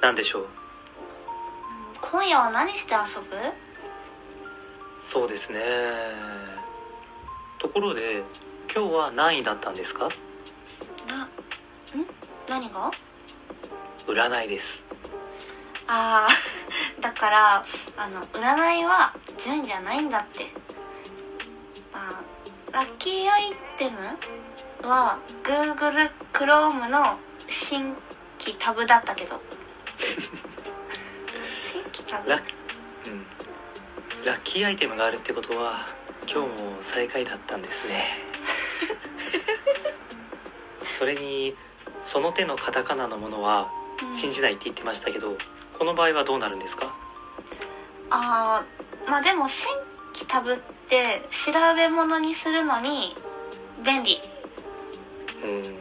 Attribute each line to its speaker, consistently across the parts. Speaker 1: 何でしょう
Speaker 2: 今夜は何して遊ぶ
Speaker 1: そうですねところで今日は何位だったんですか
Speaker 2: な、ん何が
Speaker 1: 占いです
Speaker 2: ああ だからあの占いは順じゃないんだってまあラッキーアイテムは Google Chrome の新規タブだった けど新規タブ
Speaker 1: ラッ,、うん、ラッキーアイテムがあるってことは今日も最下位だったんで すねそれにその手のカタカナのものは
Speaker 2: うん
Speaker 1: 信じないって言ってましたけどこの場合はどうなるんですか
Speaker 2: ああまあでも新規タブって調べ物にするのに便利
Speaker 1: うん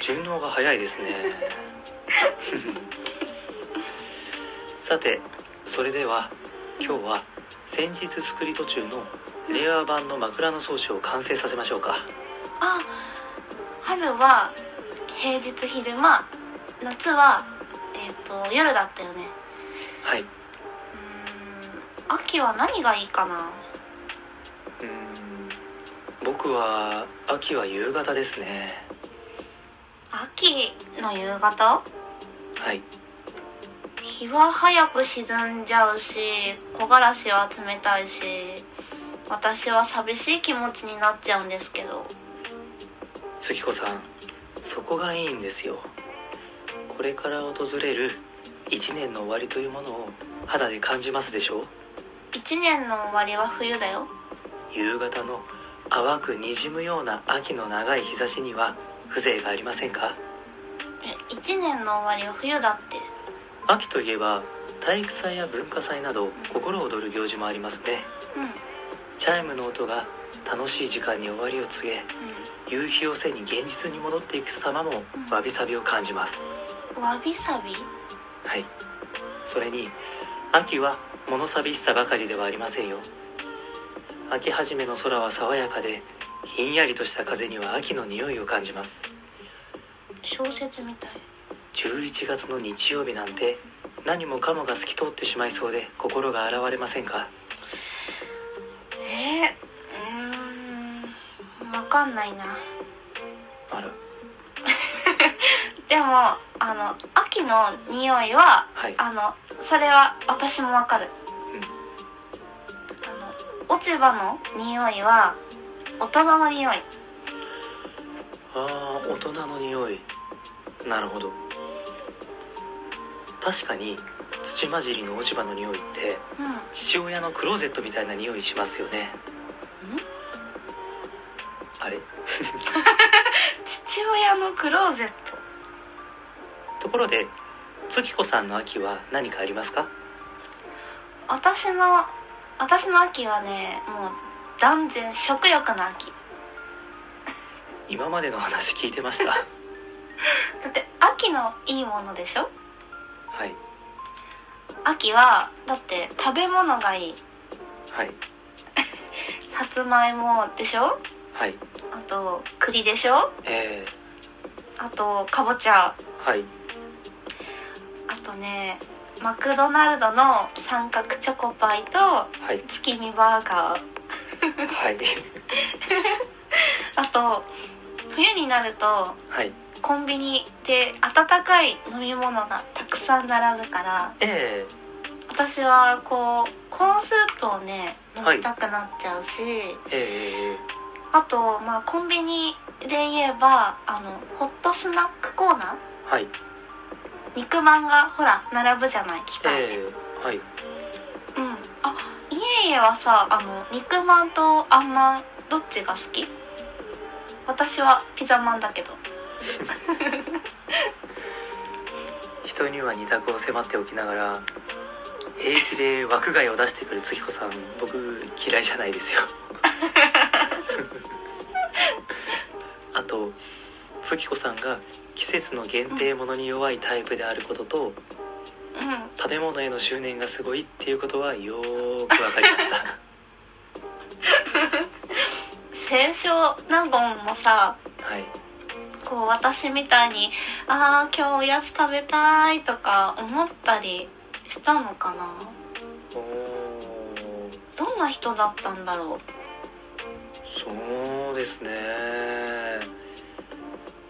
Speaker 1: 順応が早いですね さてそれでは今日は先日作り途中の令和版の枕草子を完成させましょうか
Speaker 2: あ春は平日昼間夏は、えー、と夜だったよね
Speaker 1: はいう
Speaker 2: ーん秋は何がいいかな
Speaker 1: うん僕は秋は夕方ですね
Speaker 2: 秋の夕方
Speaker 1: はい
Speaker 2: 日は早く沈んじゃうし木枯らしは冷たいし私は寂しい気持ちになっちゃうんですけど
Speaker 1: 月子さんそこがいいんですよこれから訪れる一年の終わりというものを肌で感じますでしょう
Speaker 2: 一年の終わりは冬だよ
Speaker 1: 夕方の淡くにじむような秋の長い日差しには風情がありませんか
Speaker 2: え一年の終わりは冬だって
Speaker 1: 秋といえば体育祭や文化祭など心躍る行事もありますね
Speaker 2: うんうん
Speaker 1: チャイムの音が楽しい時間に終わりを告げ夕日を背に現実に戻っていく様もわびさびを感じます
Speaker 2: わびさび
Speaker 1: はいそれに秋は物寂しさばかりではありませんよ秋初めの空は爽やかでひんやりとした風には秋の匂いを感じます
Speaker 2: 小説みたい
Speaker 1: 11月の日曜日なんて何もかもが透き通ってしまいそうで心が洗われませんか
Speaker 2: えうーんわかんないな
Speaker 1: あら
Speaker 2: でもあの秋の匂いは
Speaker 1: はい
Speaker 2: あのそれは私もわかる
Speaker 1: う
Speaker 2: あの落ち葉の匂いは大人の匂い
Speaker 1: ん、あー大人の匂いなるほど確かに土混じりの落ち葉の匂いって
Speaker 2: うん
Speaker 1: 父親のクローゼットみたいな匂いしますよねあれ
Speaker 2: 父親のクローゼット
Speaker 1: ところで月子さんの秋は何かありますか
Speaker 2: 私の私の秋はねもう断然食欲の秋
Speaker 1: 今までの話聞いてま した
Speaker 2: だって秋のいいものでしょ
Speaker 1: はい
Speaker 2: 秋はだって食べ物がいい
Speaker 1: はい
Speaker 2: さつまいもでしょ
Speaker 1: はい
Speaker 2: あと栗でしょ
Speaker 1: え
Speaker 2: あとかぼちゃ
Speaker 1: ー、はい
Speaker 2: あとねマクドナルドの三角チョコパイと
Speaker 1: はい
Speaker 2: 月見バーガー
Speaker 1: はい
Speaker 2: あと冬になると
Speaker 1: はい
Speaker 2: コンビニで温かい飲み物がたくさん並ぶから
Speaker 1: え
Speaker 2: 私はこうコーンスープをね飲みたくなっちゃうし、
Speaker 1: ー、え
Speaker 2: あとまあコンビニで言えばあのホットスナックコーナー
Speaker 1: ー、はい
Speaker 2: 肉まんがほら並ぶじゃない機械で、
Speaker 1: えー、はい
Speaker 2: うんあいえいえはさあの肉まんとあんまんどっちが好き私はピザまんだけど
Speaker 1: 人には二択を迫っておきながら平気で枠外を出してくる月子さん僕嫌いじゃない ですよあと月子さんが季節の限定ものに弱いタイプであることと
Speaker 2: うん
Speaker 1: 食べ物への執念がすごいっていうことはよーくわかりました
Speaker 2: 清少納言もさ
Speaker 1: はい
Speaker 2: こう私みたいに「あー今日おやつ食べたい」とか思ったりしたのかな
Speaker 1: おー
Speaker 2: どんな人だったんだろ
Speaker 1: そうですね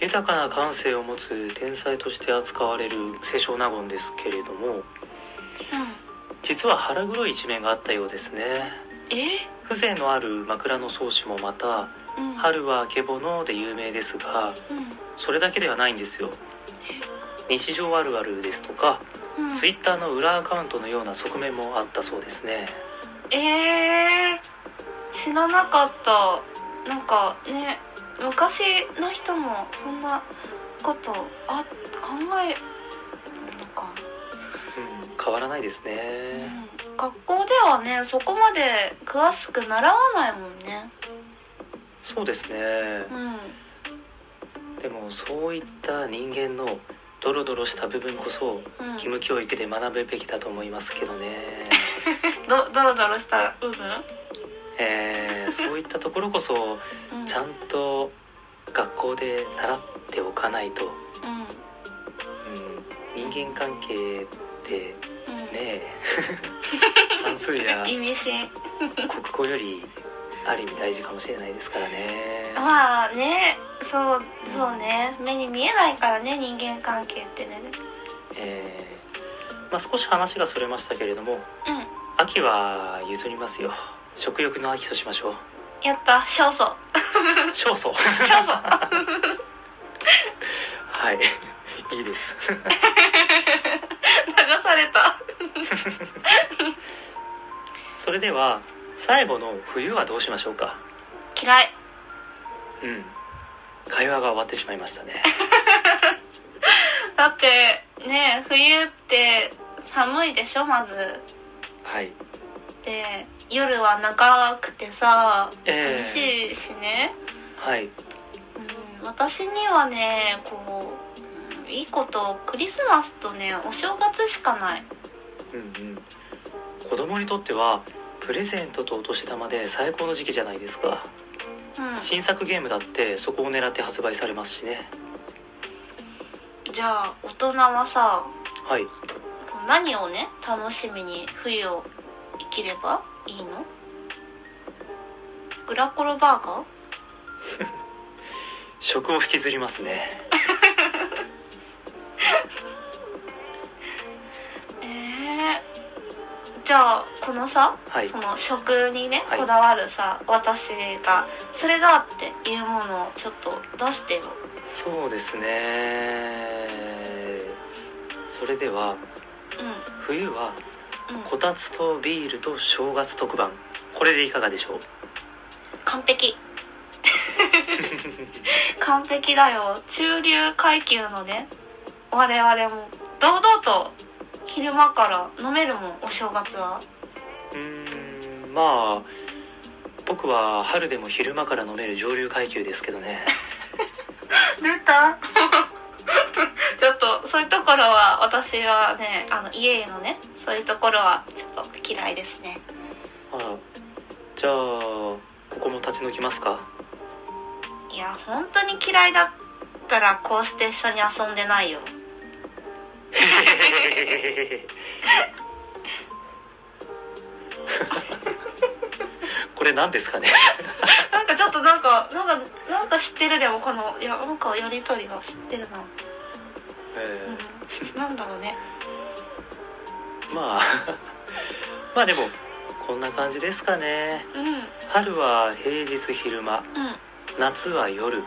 Speaker 1: 豊かな感性を持つ天才として扱われる清少納言ですけれども
Speaker 2: う、うん、
Speaker 1: 実は腹黒い一面があったようですね
Speaker 2: え、
Speaker 1: 風情のある枕草子もまた
Speaker 2: うん、
Speaker 1: 「春はあけぼの」で有名ですが
Speaker 2: うん
Speaker 1: それだけではないんですよ日常あるあるですとか
Speaker 2: うん、
Speaker 1: ツイッターの裏アカウントのような側面もあったそうですね
Speaker 2: えー、知らなかったなんかね昔の人もそんなことあ考えるのか、
Speaker 1: うん変わらないです
Speaker 2: う
Speaker 1: ね
Speaker 2: ん、学校ではねそこまで詳しく習わないもんね
Speaker 1: そうですね
Speaker 2: うん
Speaker 1: でもそういった人間のドロドロした部分こそ
Speaker 2: うん
Speaker 1: 義務教育で学ぶべきだと思いますけど ね
Speaker 2: どドロドロした部分、
Speaker 1: えーそういったところこそ
Speaker 2: うん、
Speaker 1: ちゃんと学校で習っておかないと、
Speaker 2: うん
Speaker 1: うん、人間関係って
Speaker 2: うん
Speaker 1: ね算数 や
Speaker 2: 意味深
Speaker 1: 国語よりある意味大事かもしれないですからね
Speaker 2: まあねそうそうね目に見えないからね人間関係ってね
Speaker 1: えーまあ、少し話がそれましたけれども
Speaker 2: うん
Speaker 1: 秋は譲りますよ食欲の秋としましょう
Speaker 2: やった勝 訴
Speaker 1: 勝訴
Speaker 2: 勝訴
Speaker 1: はいいいです
Speaker 2: 流された
Speaker 1: それでは最後の冬はどうしましょうか
Speaker 2: 嫌い
Speaker 1: うん会話が終わってしまいましたね
Speaker 2: だってね冬って寒いでしょまず
Speaker 1: はい
Speaker 2: で夜は長くてさ
Speaker 1: ええ
Speaker 2: 寂しいしね、
Speaker 1: はい
Speaker 2: うん、私にはねこううんいいことクリスマスとねお正月しかない
Speaker 1: うんうん子供にとってはプレゼントとお年玉で最高の時期じゃないですか
Speaker 2: う
Speaker 1: 新作ゲームだってそこを狙って発売されますしね
Speaker 2: んじゃあ大人はさ
Speaker 1: はい
Speaker 2: 何をね楽しみに冬を生きればいいのグラコロバーガー
Speaker 1: 食を引きずりますね
Speaker 2: えー、じゃあこのさ
Speaker 1: はい
Speaker 2: その食にね
Speaker 1: はい
Speaker 2: こだわるさ、私がそれだっていうものをちょっと出してよ
Speaker 1: そうですねそれでは
Speaker 2: う
Speaker 1: 冬は
Speaker 2: んうん
Speaker 1: こたつとビールと正月特番これでいかがでしょう
Speaker 2: 完 璧完璧だよ中流階級のね我々も堂々と昼間から飲めるもんお正月は
Speaker 1: うーんまあ僕は春でも昼間から飲める上流階級ですけど ね
Speaker 2: 出た ちょっとそういうところは私はねあの家へのねそういうところはちょっと嫌いですね
Speaker 1: あらじゃあここも立ち退きます か
Speaker 2: いや本当に嫌いだったらこうして一緒に遊んでないよ
Speaker 1: これ何ですかね
Speaker 2: なんかちょっとなんかなんかなんか知ってるでもこのいやなんかやりとりは知ってるな、
Speaker 1: えー
Speaker 2: うん、なんだろうね
Speaker 1: まあ まあでもこんな感じですかね
Speaker 2: うんうん
Speaker 1: 春は平日昼間
Speaker 2: うん
Speaker 1: 夏は夜
Speaker 2: うん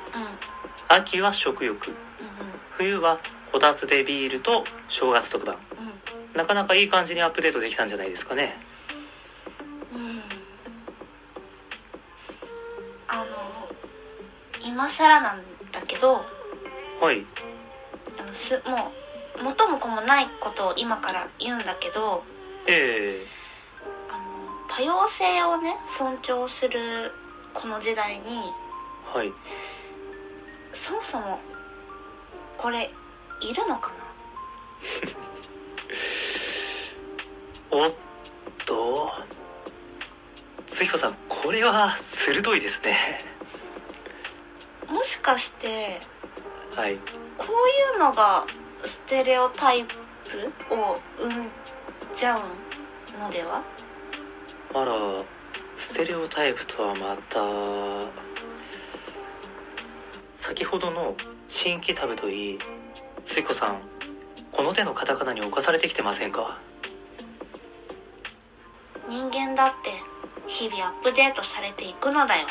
Speaker 1: 秋は食欲冬はこたつでビールと正月特番なかなかいい感じにアップデートできたんじゃないですかね
Speaker 2: うんうんあの今更なんだけど
Speaker 1: はい
Speaker 2: あのすもう元も子もないことを今から言うんだけど
Speaker 1: え
Speaker 2: あの多様性をね尊重するこの時代に
Speaker 1: えはい
Speaker 2: そもそもこれいるのか
Speaker 1: おっとつ彦さんこれは鋭いですね
Speaker 2: なもしかして
Speaker 1: はい
Speaker 2: こういうのがステレオタイプを生んじゃうのでは
Speaker 1: あらステレオタイプとはまた先ほどの新規タブといいついこさんこの手のカタカナに侵されてきてませんか
Speaker 2: 人間だって日々アップデートされていくのだよ